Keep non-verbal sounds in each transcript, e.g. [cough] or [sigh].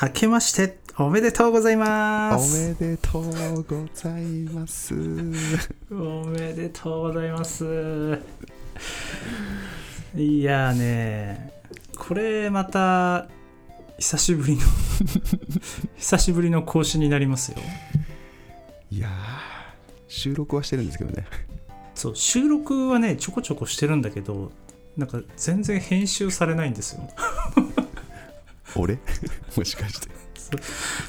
明けましておめでとうございまおすめでとうございます。おめでとうございますいやーねこれまた久しぶりの [laughs] 久しぶりの更新になりますよいやー、収録はしてるんですけどね。そう収録はねちょこちょこしてるんだけどなんか全然編集されないんですよ [laughs] 俺 [laughs] もしかして。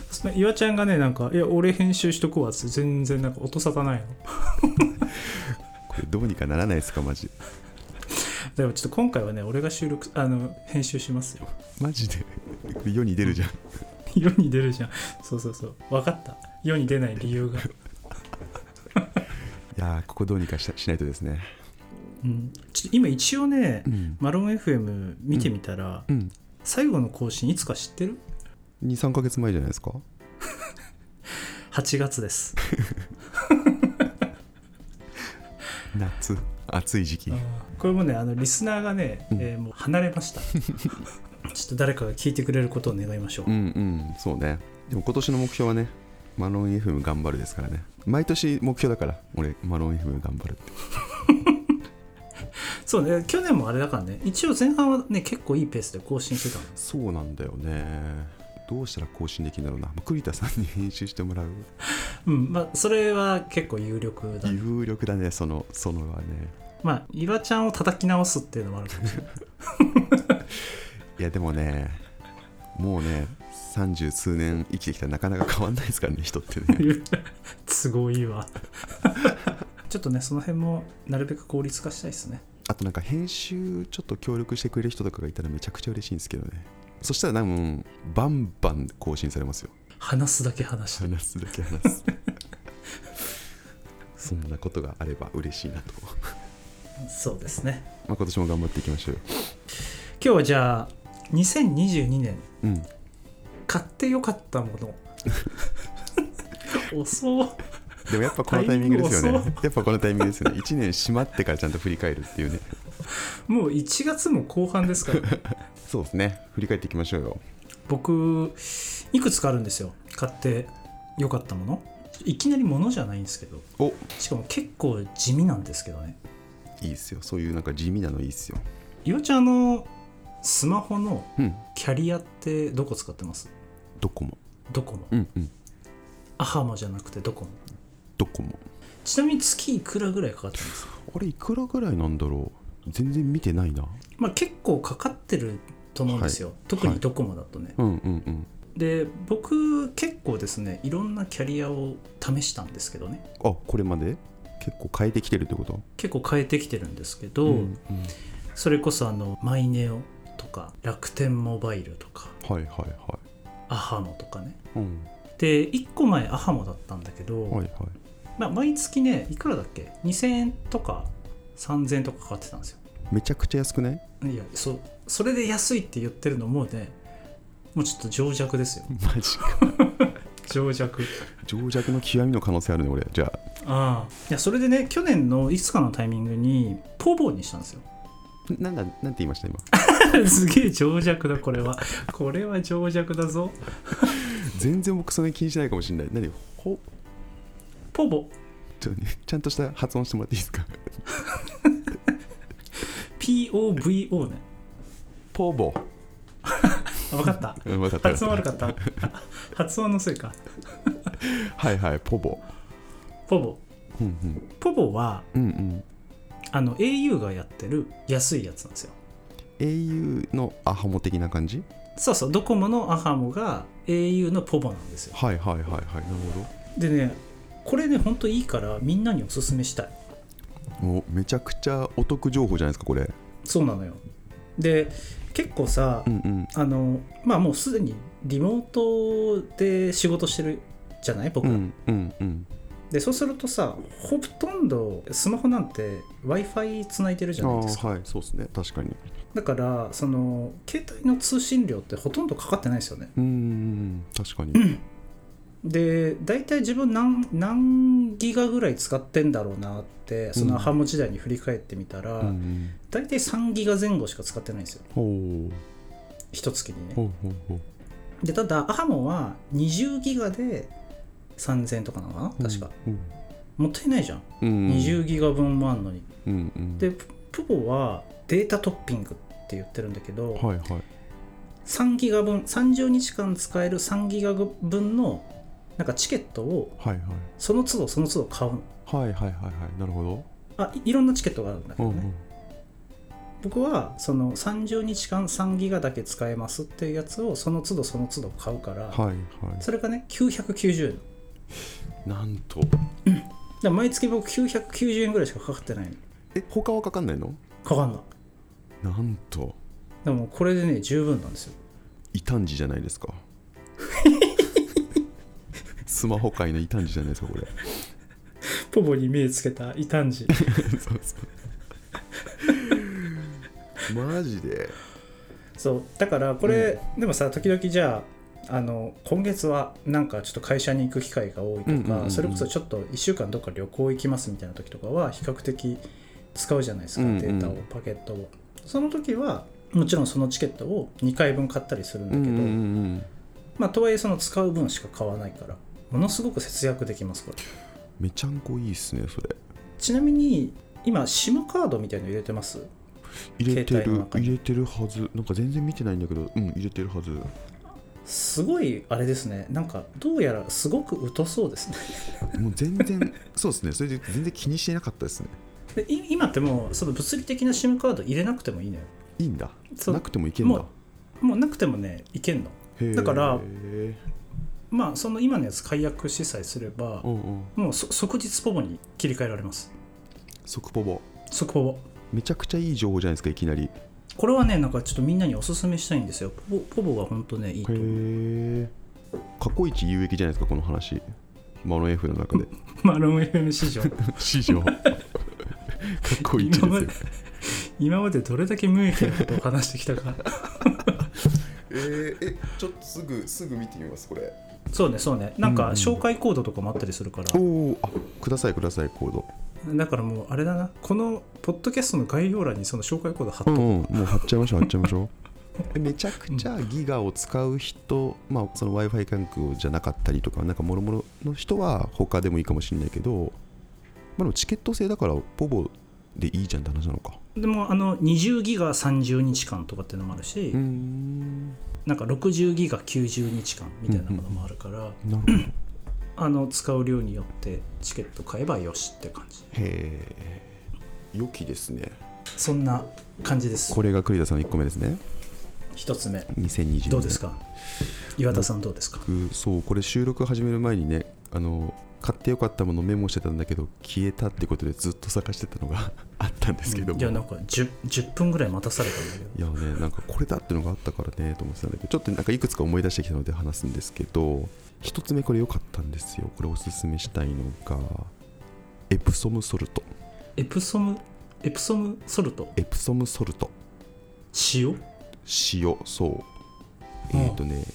その岩ちゃんがねなんか「いや俺編集しとくわ」っつって全然なんか音沙汰ないのこれどうにかならないですか、マジ。でもちょっと今回はね俺が収録あの編集しますよマジで。世に出るじゃん。 [laughs] 世に出るじゃんそうそうそう分かった世に出ない理由 [laughs] が、いやー、ここどうにかししないとですね。うん、ちょ今一応ねうん。マロン FM 見てみたら、うん。最後の更新いつか知ってる2、3ヶ月前じゃないですか。 8月です夏、暑い時期。これもねあのリスナーがね、えーもう離れま [laughs] したちょっと誰かが聞いてくれることを願いましょう、うんうん、そうね。でも今年の目標はね、マロン FM 頑張るですからね。毎年目標だから、俺、マロン FM 頑張るって。そうね去年もあれだからね一応前半はね結構いいペースで更新してたのそうなんだよね。どうしたら更新できるんだろうな。まあ栗田さんに編集してもらう。うんまあそれは結構有力だ、ね、有力だね、その、 [laughs] そのはね。まあ岩ちゃんを叩き直すっていうのもあるかもしれないいや、でもね、もうね、三十数年生きてきたらなかなか変わんないですからね、人ってね。 [laughs] 都合いいわちょっとねその辺もなるべく効率化したいですねあとなんか編集ちょっと協力してくれる人とかがいたらめちゃくちゃ嬉しいんですけどね。そしたら多分、バンバン更新されますよ。話すだけ話して話すだけ話す [laughs] そんなことがあれば嬉しいなと、そうですねまあ、今年も頑張っていきましょうよ今日はじゃあ2022年うん買ってよかったも [laughs] の遅っでもやっぱこのタイミングですよタイミングねやっぱこのタイミングですよね1年閉まってからちゃんと振り返るっていうねもう1月も後半ですからそうですね振り返っていきましょうよ僕いくつかあるんですよ買ってよかったものいきなりものじゃないんですけどおしかも結構地味なんですけどねいいっすよそういうなんか地味なのいいっすよいわちゃんあのスマホのうんキャリアってどこ使ってますドコモドコモうんうんアハモじゃなくてドコモドコモちなみに月いくらぐらいかかってますあれいくらぐらいなんだろう全然見てないなまあ結構かかってると思うんですよ、特にドコモだとね、うんうんうんで僕結構ですねいろんなキャリアを試したんですけどねあこれまで結構変えてきてるってこと結構変えてきてるんですけど、うんうんそれこそあのマイネオとか楽天モバイルとかはいはいはアハモとかねいうんで1個前アハモだったんだけど、はいはいまあ、毎月ねいくらだっけ2000円とか3000円とかかかってたんですよめちゃくちゃ安くないいやそそれで安いって言ってるのもうねもうちょっと情弱ですよマジか情弱情弱の極みの可能性あるね俺じゃあああいやそれでね去年のいつかのタイミングにポボにしたんですよなんだなんて言いました [laughs] 今 [laughs] すげえ情弱だこれはこれは情弱だぞ全然僕それ気にしないかもしれない何ほポボちょっとねちゃんとした発音してもらっていいですか POVO ねポボあ分か [laughs] ったうん分かった発音悪かっったあ発音のせいかたはいはいポボポボうんポボはうんうんうんあの au がやってる安いやつなんですよ au のアハモ的な感じそうそうドコモのアハモが au のポボなんですよはいはいはいはいなるでねこれねほんといいからみんなにおすすめしたいほどもうめちゃくちゃお得情報じゃないですかこれそうなのよで結構さ、うんうんあのまあもうすでにリモートで仕事してるじゃない僕うら、んうんうんでそうするとさほとんどスマホなんて w i f i つないでるじゃあないですかあはいそうですね確かにだからその携帯の通信料ってほとんどかかってないですよねうんうんうん確かにで大体自分何何ギガぐらい使ってんだろうなってそのうんアハモ時代に振り返ってみたら、うんうん大体3ギガ前後しか使ってないんですよほう一月にねほうほうほうでただアハモは20ギガで3000とかなのかな確か、うんもったいないじゃん、うん20ギガ分もあんのにうんうんでププボはデータトッピングって言ってるんだけど、はいはい3ギガ分30日間使える3ギガ分のなんかチケットをはいはいその都度その都度買うのはいはいはいはいなるほどあいいろんなチケットがあるんだけうどんうね、ん僕はその30日間3ギガだけ使えますっていうやつをその都度その都度買うから、はいはそれがね990円だかいなんとら毎月僕990円ぐらいしかかかってないのえ他はかかんないのかかんないなんとでもこれでね十分なんですよ異端児じゃないですかスマホ界の異端児じゃないですかこれ [laughs] ポボに目つけた異端児そうそうマジで [laughs] そうだからこれ、でもさ時々じゃああの今月はなんかちょっと会社に行く機会が多いとか、うんうんうんうんそれこそちょっと1週間どっか旅行行きますみたいな時とかは比較的使うじゃないですか、うんうんデータをパケットをその時はもちろんそのチケットを2回分買ったりするんだけど、うんまあとはいえその使う分しか買わないからものすごく節約できますこれめちゃんこいいっすねそれちなみに今 SIM カードみたいの入れてます入れて携帯のる中に入れてるはずなんか全然見てないんだけどうん入れてるはずもすごいあれですねなんかどうやらすごく疎そうですね [laughs] う全然 [laughs] そうですねそれで全然気にしてなかったですねでい今ってもうその物理的な SIM カード入れなくてもいいのよいいんだそうなくてもいけんだももうなくてもねいけんのへーだからうんまあその今のやつ解約しさえすればうんもうそ即日ポボに切り替えられます即ポボ即ポボめちゃくちゃいい情報じゃないですかいきなりへこれはねなんかちょっとみんなにおすすめしたいんですよポボポボは本当ねいいと思うえ過去一有益じゃないですかこの話マロン F の中で [laughs] マロン FM 市 [laughs] 場史上過去一です今よまで [laughs] 今までどれだけ無益なことを話してきたかえーえちょっとすぐすぐ見てみますこれそうねそうねなんうんかうん紹介コードとかもあったりするからおおあくださいくださいコードだからもうあれだなこのポッドキャストの概要欄にその紹介コード貼っとうくん、うん、もう貼っちゃいましょう貼っちゃいま [laughs] しょうめちゃくちゃギガを使う人、まあ、その w i f i 環境じゃなかったりとかなんかもろもろの人は他でもいいかもしれないけど、まあ、でもチケット制だからポボでいいじゃんって話なのかでもあの20ギガ30日間とかっていうのもあるし、んなんか60ギガ90日間みたいなものもあるから、なるほどへあの使う量によってチケット買えばよしって感じえ良きですねそんな感じですこれが栗田さんの1個目ですね一つ目2020年どうですか岩田さんどうですか僕そうこれ収録始める前にねあの買ってよかったものメモしてたんだけど消えたってことでずっと探してたのが [laughs] あったんですけどもいやなんか 10, 10分ぐらい待たされたんだけどいやねなんかこれだってのがあったからねと思ってたんだけどちょっとなんかいくつか思い出してきたので話すんですけど一つ目これ良かったんですよこれおすすめしたいのがエプソムソルトエプソムエプソムソルトエプソムソルト塩塩そううんえっ、とね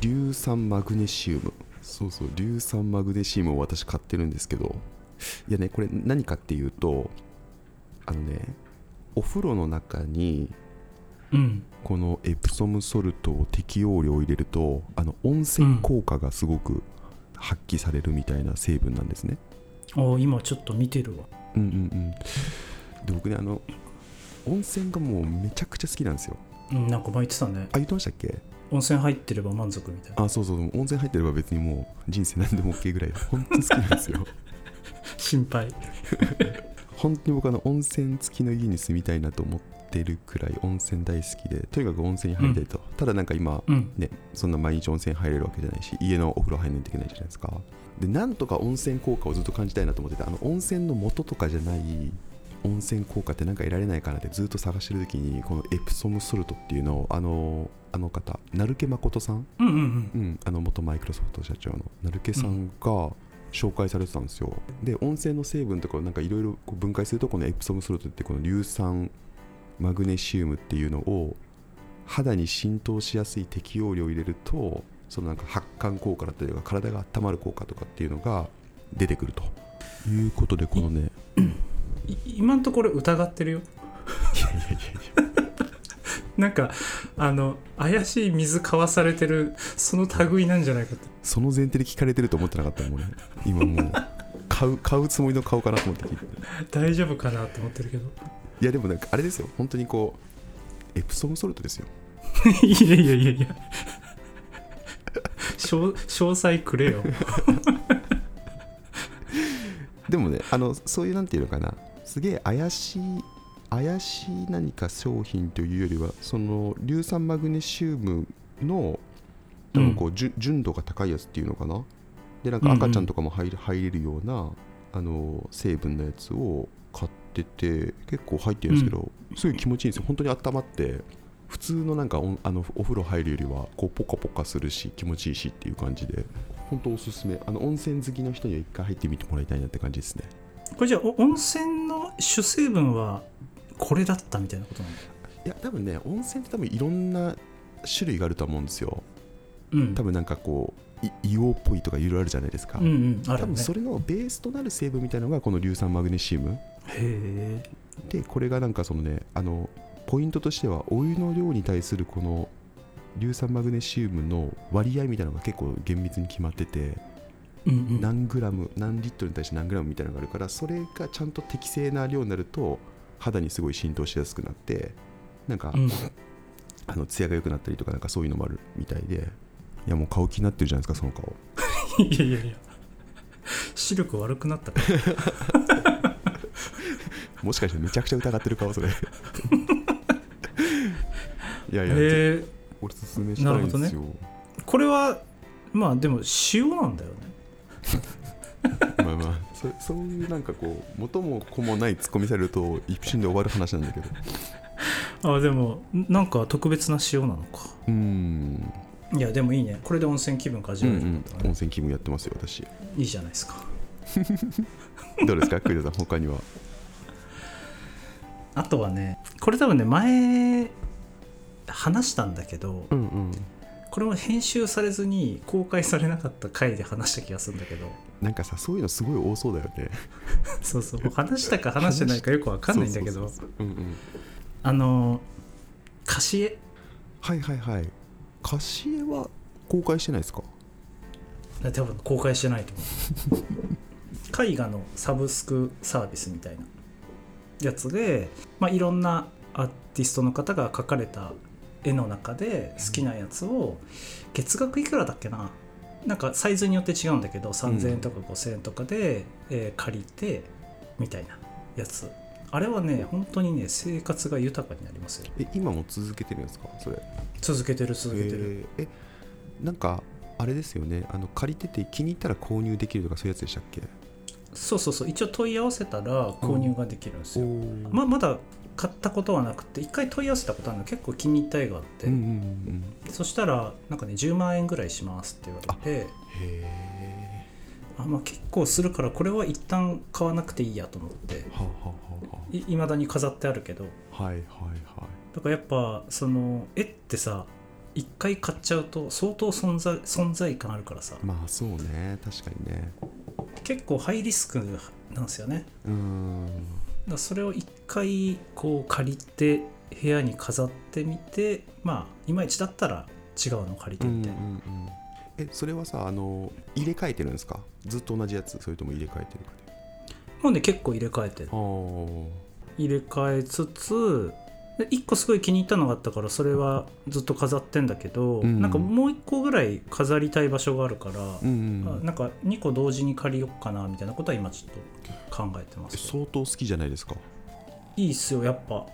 硫酸マグネシウムそうそう硫酸マグネシウムを私買ってるんですけどいやねこれ何かっていうとあのねお風呂の中にうんこのエプソムソルトを適用量入れるとあの温泉効果がすごく発揮されるみたいな成分なんですね、お今ちょっと見てるわうんうんうんで僕ねあの温泉がもうめちゃくちゃ好きなんですようんなんか巻いてたねあ言ってましたっけ温泉入ってれば満足みたいなあそうそう温泉入ってれば別にもう人生何でも OK ぐらい [laughs] 本当に好きなんですよ心配本当に僕あの温泉付きの家に住みたいなと思ってるくらい温泉大好きでとにかく温泉に入りたいと、ただなんか今うんねそんな毎日温泉入れるわけじゃないし家のお風呂入らないといけないじゃないですかでなんとか温泉効果をずっと感じたいなと思っててあの温泉の元とかじゃない温泉効果ってなんか得られないかなってずっと探してる時にこのエプソムソルトっていうのをあのあの方成毛誠さんうんうんうんうん、あの元マイクロソフト社長の成毛さんが紹介されてたんですよ、で温泉の成分とかをなんかいろいろこう分解するとこのエプソムソルトってこの硫酸マグネシウムっていうのを肌に浸透しやすい適応量を入れるとそのなんか発汗効果だったりとか体が温まる効果とかっていうのが出てくるということでこのねい今んところ疑ってるよいやいやいやいやなんかあの怪しい水かわされてるその類なんじゃないかってその前提で聞かれてると思ってなかったもんね今もう買う買うつもりの顔かなと思って聞いて大丈夫かなと思ってるけどいやでもなんかあれですよ本当にこうエプソムソルトですよ [laughs] いやいやいやいや詳詳細くれよでもねあのそういうなんていうのかなすげえ怪しい怪しい何か商品というよりはその硫酸マグネシウムの多分こう、純純度が高いやつっていうのかなでなんか赤ちゃんとかも入る入れるようなあの成分のやつを買ってて結構入ってるんですけど、すごい気持ちいいんですよ本当に温まって普通のなんかおあのお風呂入るよりはこうポカポカするし気持ちいいしっていう感じで本当おすすめあの温泉好きの人には一回入ってみてもらいたいなって感じですねこれじゃあお温泉の主成分はこれだったみたいなことなんだいや多分ね温泉って多分いろんな種類があると思うんですようん多分なんかこうい硫黄っぽいとかいろいろあるじゃないですか、うんうんあ多る分ねそれのベースとなる成分みたいなのがこの硫酸マグネシウムへでこれがなんかそのねあのポイントとしてはお湯の量に対するこの硫酸マグネシウムの割合みたいなのが結構厳密に決まっててえうんうん何グラム何リットルに対して何グラムみたいなのがあるからそれがちゃんと適正な量になると肌にすごい浸透しやすくなってなんか、うんあの艶が良くなったりとかなんかそういうのもあるみたいでいやもう顔気になってるじゃないですかその顔 [laughs] いやいやいや視力悪くなったかもしかしてめちゃくちゃ疑ってる顔 [laughs] それいやらいへや、えおすすめしたいんですよ、これはまあでも塩なんだよねまあまあ [laughs] そそういうなんかこう元も子もないツッコミされると一瞬で終わる話なんだけどあでもなんか特別な塩なのかうーんいやでもいいねこれで温泉気分が味うんわうえるんんだ、温泉気分やってますよ私いいじゃないですかどうですか栗田さん他にはあとはねこれ多分ね前話したんだけどうんうんこれも編集されずに公開されなかった回で話した気がするんだけ [laughs] どなんかさそういうのすごい多そうだよねそうそう話したか話してないかよくわかんないんだけそうどそうそうそううんうんあの菓子絵はいはいはいカシエは公開してないですか多分公開してないと思う絵画のサブスクサービスみたいなやつで、まあ、いろんなアーティストの方が描かれた絵の中で好きなやつを月額いくらだっけななんかサイズによって違うんだけど3000円とか5000円とかで、えー借りてみたいなやつあれはね本当にね生活が豊かになりますよえ今も続けてるんですかそれ続けてる続けてる、えーえなんかあれですよねあの借りてて気に入ったら購入できるとかそういうやつでしたっけそうそうそう一応問い合わせたら購入ができるんですよ、ーままだ買ったことはなくて一回問い合わせたことあるの結構気に入った絵があって、うんうんうんうんそしたらなんかね10万円ぐらいしますって言われてへえあ、まあ、結構するからこれは一旦買わなくていいやと思ってはあはあはいまだに飾ってあるけどあはあはいはいはだからやっぱその絵ってさ一回買っちゃうと相当存在存在感あるからさいまあそうね確かにね結構ハイリスクなんですよねうーんだからそれを一回こう借りて部屋に飾ってみてまあいまいちだったら違うの借りてうんうんみうて、んえそれはさあの入れ替えてるんですかずっと同じやつそれとも入れ替えてるかでもうね結構入れ替えてるあー入れ替えつつで1個すごい気に入ったのがあったからそれはずっと飾ってんだけど、うんなんかもう1個ぐらい飾りたい場所があるから、うんうんあなんか2個同時に借りよっかなみたいなことは今ちょっと考えてまえす相当好きじゃないですかいいっすよやっぱ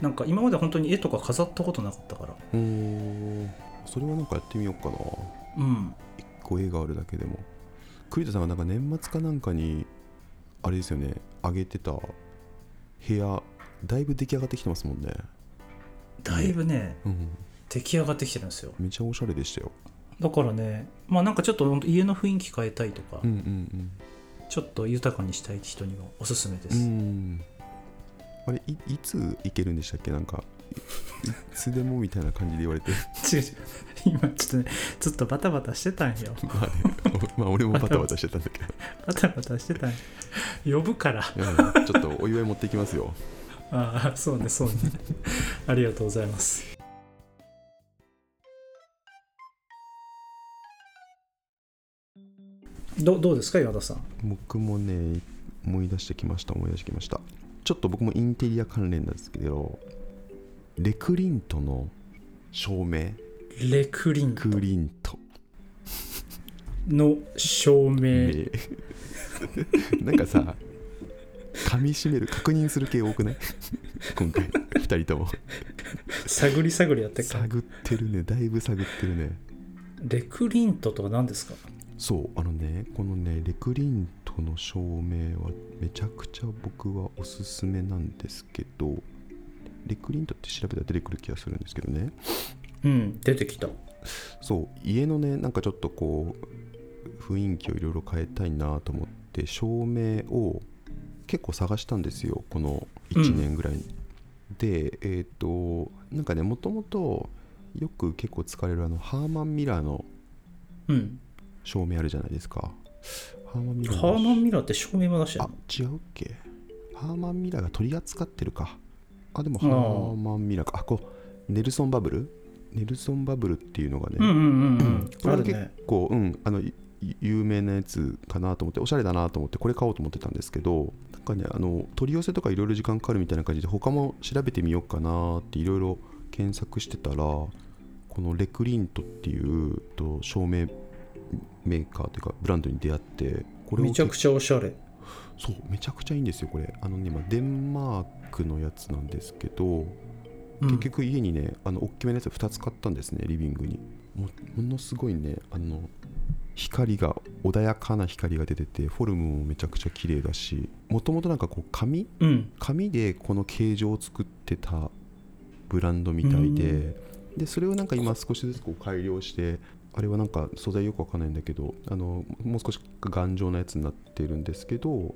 なんか今まで本当に絵とか飾ったことなかったからおーそれはなんかやってみようかなうん一個絵があるだけでも栗田さんがなんか年末かなんかにあれですよね上げてた部屋だいぶ出来上がってきてますもんねだいぶねうん出来上がってきてるんですよめちゃおしゃれでしたよだからねまあなんかちょっと本当家の雰囲気変えたいとか、うんうんちょっと豊かにしたい人にもおすすめでうんうす、んあれいいつ行けるんでしたっけなんかいいつでもみたいな感じで言われて違う違う今ちょっとねちょっとバタバタしてたんよ [laughs] まあね、 [laughs] まあ俺もバタバタしてたんだけどバタバタしてたんよ呼ぶから [laughs] いやいやちょっとお祝い持ってきますよ [laughs] ああそうねそうねありがとうございますどどうですか岩田さん僕もね思い出してきました思い出してきましたちょっと僕もインテリア関連なんですけどレクリントの照明レクリントクリント、の照明ね [laughs] なんかさ噛み締める確認する系多くない今回2人とも探り探りやってっから探ってるねだいぶ探ってるねレクリントとは何ですかそうあのねこのねレクリントの照明はめちゃくちゃ僕はおすすめなんですけどレクリントって調べたら出てくる気がするんですけどねうん出てきたそう家のねなんかちょっとこう雰囲気をいろいろ変えたいなと思って照明を結構探したんですよこの1年ぐらい、でえっ、となんかねもともとよく結構使われるあのハーマンミラーのうん照明あるじゃないですかハーマンミラーのハーマンミラーって照明も出してるあの違うっけハーマンミラーが取り扱ってるかあでもあハーーマンミラーかあこうネルソンバブルネルソンバブルっていうのがね、うんうんうんこうんあれるはね結構、うん、あのい有名なやつかなと思っておしゃれだなと思ってこれ買おうと思ってたんですけどなんかねあの取り寄せとかいろいろ時間かかるみたいな感じで他も調べてみようかなっていろいろ検索してたらこのレクリントっていうと照明メーカーというかブランドに出会ってこれをめちゃ結構くちゃおしゃれそうめちゃくちゃいいんですよこれあのね、まあ、デンマークのやつなんですけどうん結局家にねあの大きめのやつ2つ買ったんですねリビングにもものすごいねあの光が穏やかな光が出ててフォルムもめちゃくちゃ綺麗だしもともとなんかこう紙うん紙でこの形状を作ってたブランドみたいで,、うでそれをなんか今少しずつこう改良してあれはなんか素材よくわかんないんだけどあのもう少し頑丈なやつになってるんですけど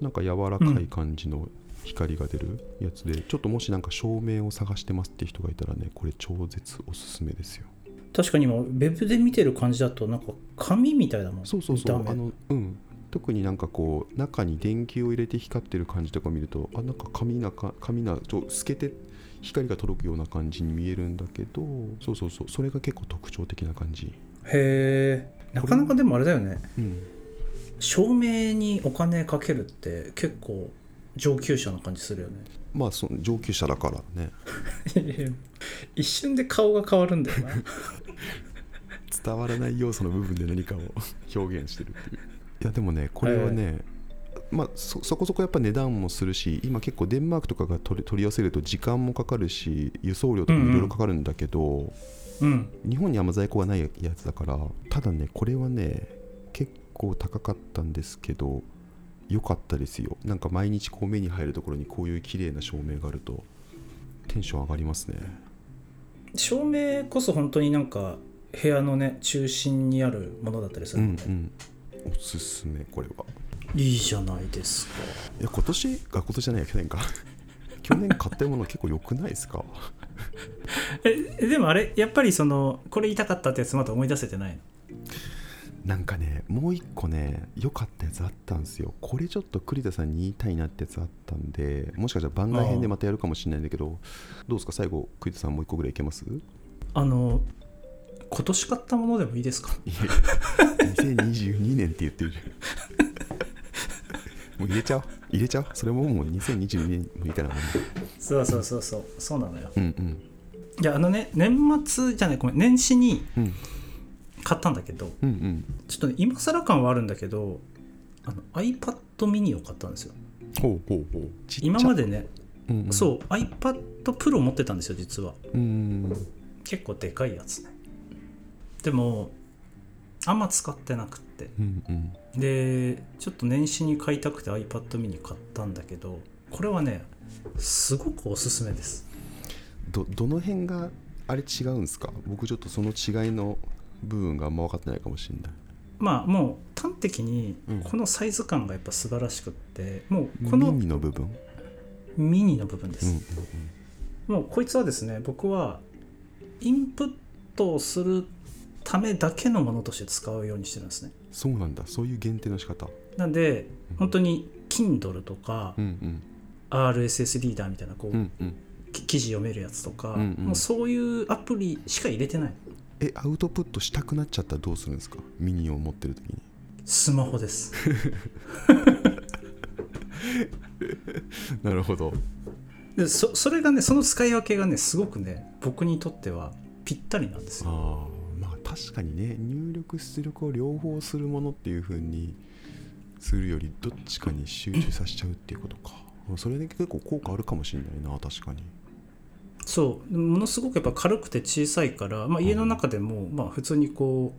なんか柔らかい感じの光が出るやつで、ちょっともしなんか照明を探してますって人がいたらねこれ超絶おすすめですよ確かに今ウェブで見てる感じだとなんか紙みたいだもんそうそうそう見たあ目のうん特になんかこう中に電球を入れて光ってる感じとか見るとあなんか紙なか紙なちょ透けて光が届くような感じに見えるんだけどそうそうそうそれが結構特徴的な感じへえなかなかでもあれだよねうん照明にお金かけるって結構上級者な感じするよねまあその上級者だからね一瞬で顔が変わるんだよな伝わらない要素の部分で何かを [laughs] 表現してるっていういやでもねこれはね、まあそそこそこやっぱ値段もするし今結構デンマークとかが取り取り寄せると時間もかかるし輸送料とかもいろいろかかるんだけど、 [laughs] うん日本にあんま在庫がないやつだからただねこれはね結構高かったんですけど良かったですよなんか毎日こう目に入るところにこういう綺麗な照明があるとテンション上がりますね照明こそ本当になんか部屋のね中心にあるものだったりすうる、んうんおすすめこれはいいじゃないですかいや今年あ今年じゃないや去年か [laughs] 去年買ったもの結構良くないですかえでもあれやっぱりそのこれ言いたかったってやつまだ思い出せてないなんかねもう一個ね良かったやつあったんですよこれちょっと栗田さんに言いたいなってやつあったんでもしかしたら番外編でまたやるかもしれないんだけどどうですか最後栗田さんもう一個ぐらいいけますあの今年買ったものでもいいですかいや2022年って言ってるじゃんもう入れちゃおう入れちゃおうそれももう2022年もいいかなそうそうそうそうそうなのようんうんいやあのね年末じゃないごめん年始にうん買ったんだけどうんうんちょっとね今更感はあるんだけどあの iPad mini を買ったんですよほうほうほうちっちゃ今までね、うんうんそう iPad Pro 持ってたんですよ実はうんうん結構でかいやつねでもあんま使ってなくってうんうんでちょっと年始に買いたくて iPad mini 買ったんだけどこれはねすごくおすすめですどどの辺があれ違うんですか僕ちょっとその違いの部分があんま分かってないかもしれないまあもう端的にうんこのサイズ感がやっぱ素晴らしくってもうここのの耳の部分ミニの部分です、うんもうこいつはですね僕はインプットをするためだけのものとして使うようにしてるんですねそうなんだそういう限定の仕方なんで本当に Kindle とかうんうん RSS リーダーみたいなこう、うんうんき記事読めるやつとか、うんうんもうそういうアプリしか入れてないえアウトプットしたくなっちゃったらどうするんですかミニを持ってる時にスマホです [laughs] なるほどでそそれがねその使い分けがねすごくね僕にとってはぴったりなんですよあーまあ確かにね入力出力を両方するものっていう風にするよりどっちかに集中させちゃうっていうことかそれで結構効果あるかもしれないな確かにそうものすごくやっぱ軽くて小さいから、まあ、家の中でも、まあ、普通にこ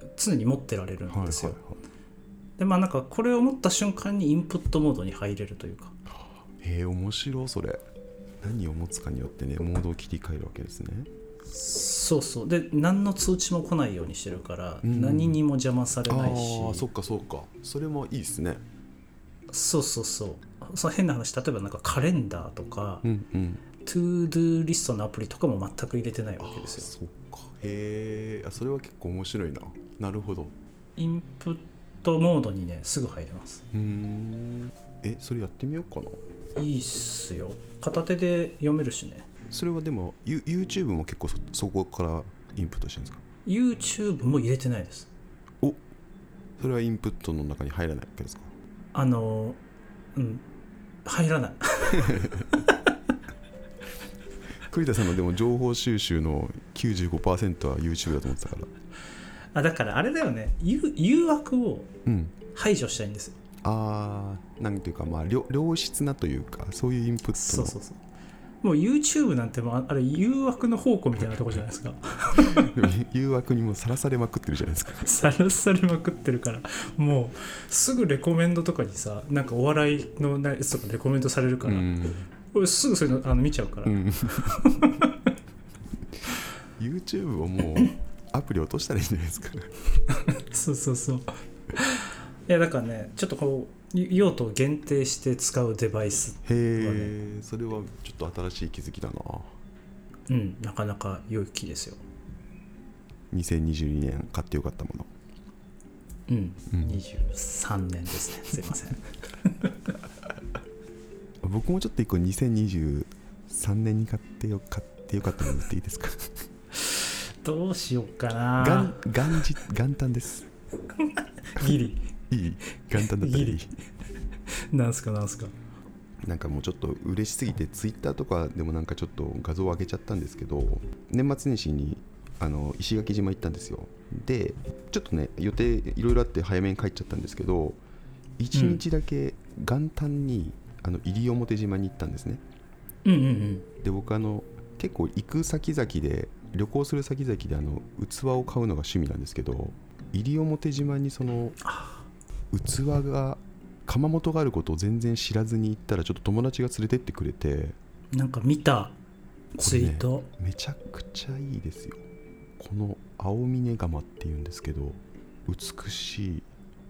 う常に持ってられるはいんはいですよ、はでまあなんかこれを持った瞬間にインプットモードに入れるというかいへえ面白いそれ何を持つかによってねモードを切り替えるわけですねそうそうで何の通知も来ないようにしてるから、うん何にも邪魔されあないーしそっかそっかそれもいいですねそうそうそうその変な話例えばなんかカレンダーとか、うんうんトゥードゥーリストのアプリとかも全く入れてないあわけですよそっかへえあそれは結構面白いななるほどインプットモードにねすぐ入れますうーんえそれやってみようかないいっすよ片手で読めるしねそれはでもユ YouTube も結構そそこからインプットしてるんですか YouTube も入れてないですおそれはインプットの中に入らないわけですかあのうん入らない栗田さんのでも情報収集の95%は YouTube だと思ってたからあだからあれだよね誘誘惑をうん排除したいんですよあーなんていうかまあ良良質なというかそういうインプットのそうそうそうもう YouTube なんてもうああれ誘惑の宝庫みたいなとこじゃないですか [laughs] [laughs] 誘惑にもさらされまくってるじゃないですかさらされまくってるからもうすぐレコメンドとかにさなんかお笑いのやつとかレコメンドされるから、うん俺すぐそういうのあの見ちゃうから、うん YouTube をもうアプリ落としたらいいんじゃないですかそうそうそういやだからねちょっとこうい用途を限定して使うデバイスへえそれはちょっと新しい気づきだなうんなかなか良い機ですよ2022年買ってよかったものうん、うん23年ですねすいません僕もちょっと一個2023年に買ってよ買ってよかったもの言っていいですかどうしようか元な元日元旦ですギリいい元旦だったらいいいいねなんすかなんすかなんかもうちょっと嬉しすぎてツイッターとかでもなんかちょっと画像を上げちゃったんですけど年末年始にあの石垣島行ったんですよでちょっとね予定いろいろあって早めに帰っちゃったんですけど1日だけ元旦に、あの西表島に行ったんですねうんうんうんで僕あの結構行く先々で旅行する先々であの器を買うのが趣味なんですけど西表島にその器が窯元があることを全然知らずに行ったらちょっと友達が連れてってくれてなんか見たツイート、めちゃくちゃいいですよこの青峰窯っていうんですけど美しい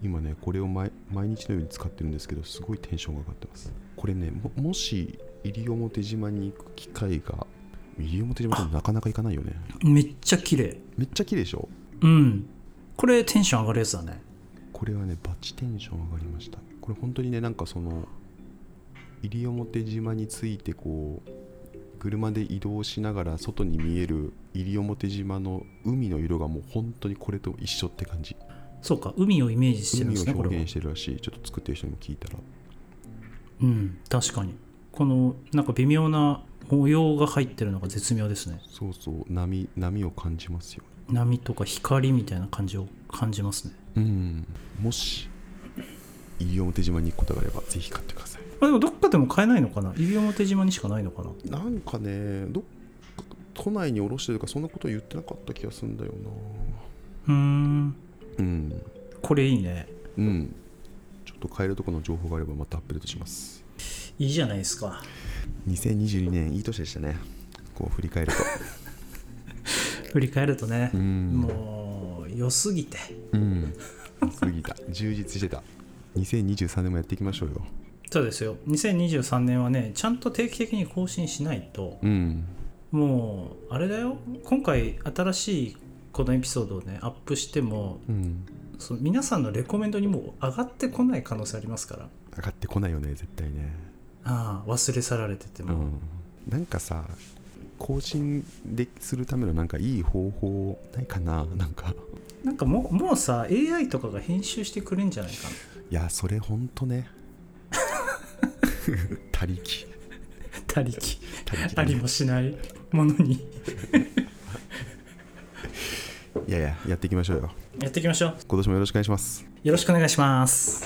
今ねこれを毎毎日のように使ってるんですけどすごいテンションが上がってますこれねももし西表島に行く機会が西表島ってなかなか行かないよねめっちゃ綺麗めっちゃ綺麗でしょうんこれテンション上がるやつだねこれはねバチテンション上がりましたこれ本当にねなんかその西表島についてこう車で移動しながら外に見える西表島の海の色がもう本当にこれと一緒って感じそうか海をイメージしてるん海ですねをこれ表は現してるらしいちょっと作ってる人にも聞いたらうん確かにこのなんか微妙な模様が入ってるのが絶妙ですねそうそう波波を感じますよ波とか光みたいな感じを感じますね、うんもし西表島に行くことがあればぜひ買ってくださいまあ、でもどっかでも買えないのかな西表島にしかないのかななんかねどっか都内に降ろしてるかそんなこと言ってなかった気がするんだよなうーんうんこれいいねうん。ちょっと変えるとこの情報があればまたアップデートします。いいじゃないですか2022年いい年でしたね。こう振り返ると。振り返るとね、んもう良すぎてうん。過ぎた。充実してた。2023年もやっていきましょうよ。そうですよ2023年はねちゃんと定期的に更新しないとうん。もうあれだよ今回新しいこのエピソードをねアップしてもうん。その皆さんのレコメンドにもう上がってこない可能性ありますから上がってこないよね、絶対ね。ああ忘れ去られててうも、ん。なんかさ、更新でするためのなんかいい方法ないかななんか。なんかもうもうさ AI とかが編集してくれんじゃないかないやそれほんと [laughs] ね他力他力 [laughs] 他力あだねりもしないものにいやいややっていきましょうよやっていきましょう今年もよろしくお願いしますよろしくお願いします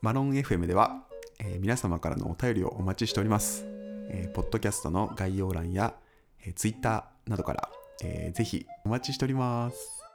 マロン FM では、えー皆様からのお便りをお待ちしております。えーポッドキャストの概要欄や、えー、Twitter などから、えーぜひお待ちしております。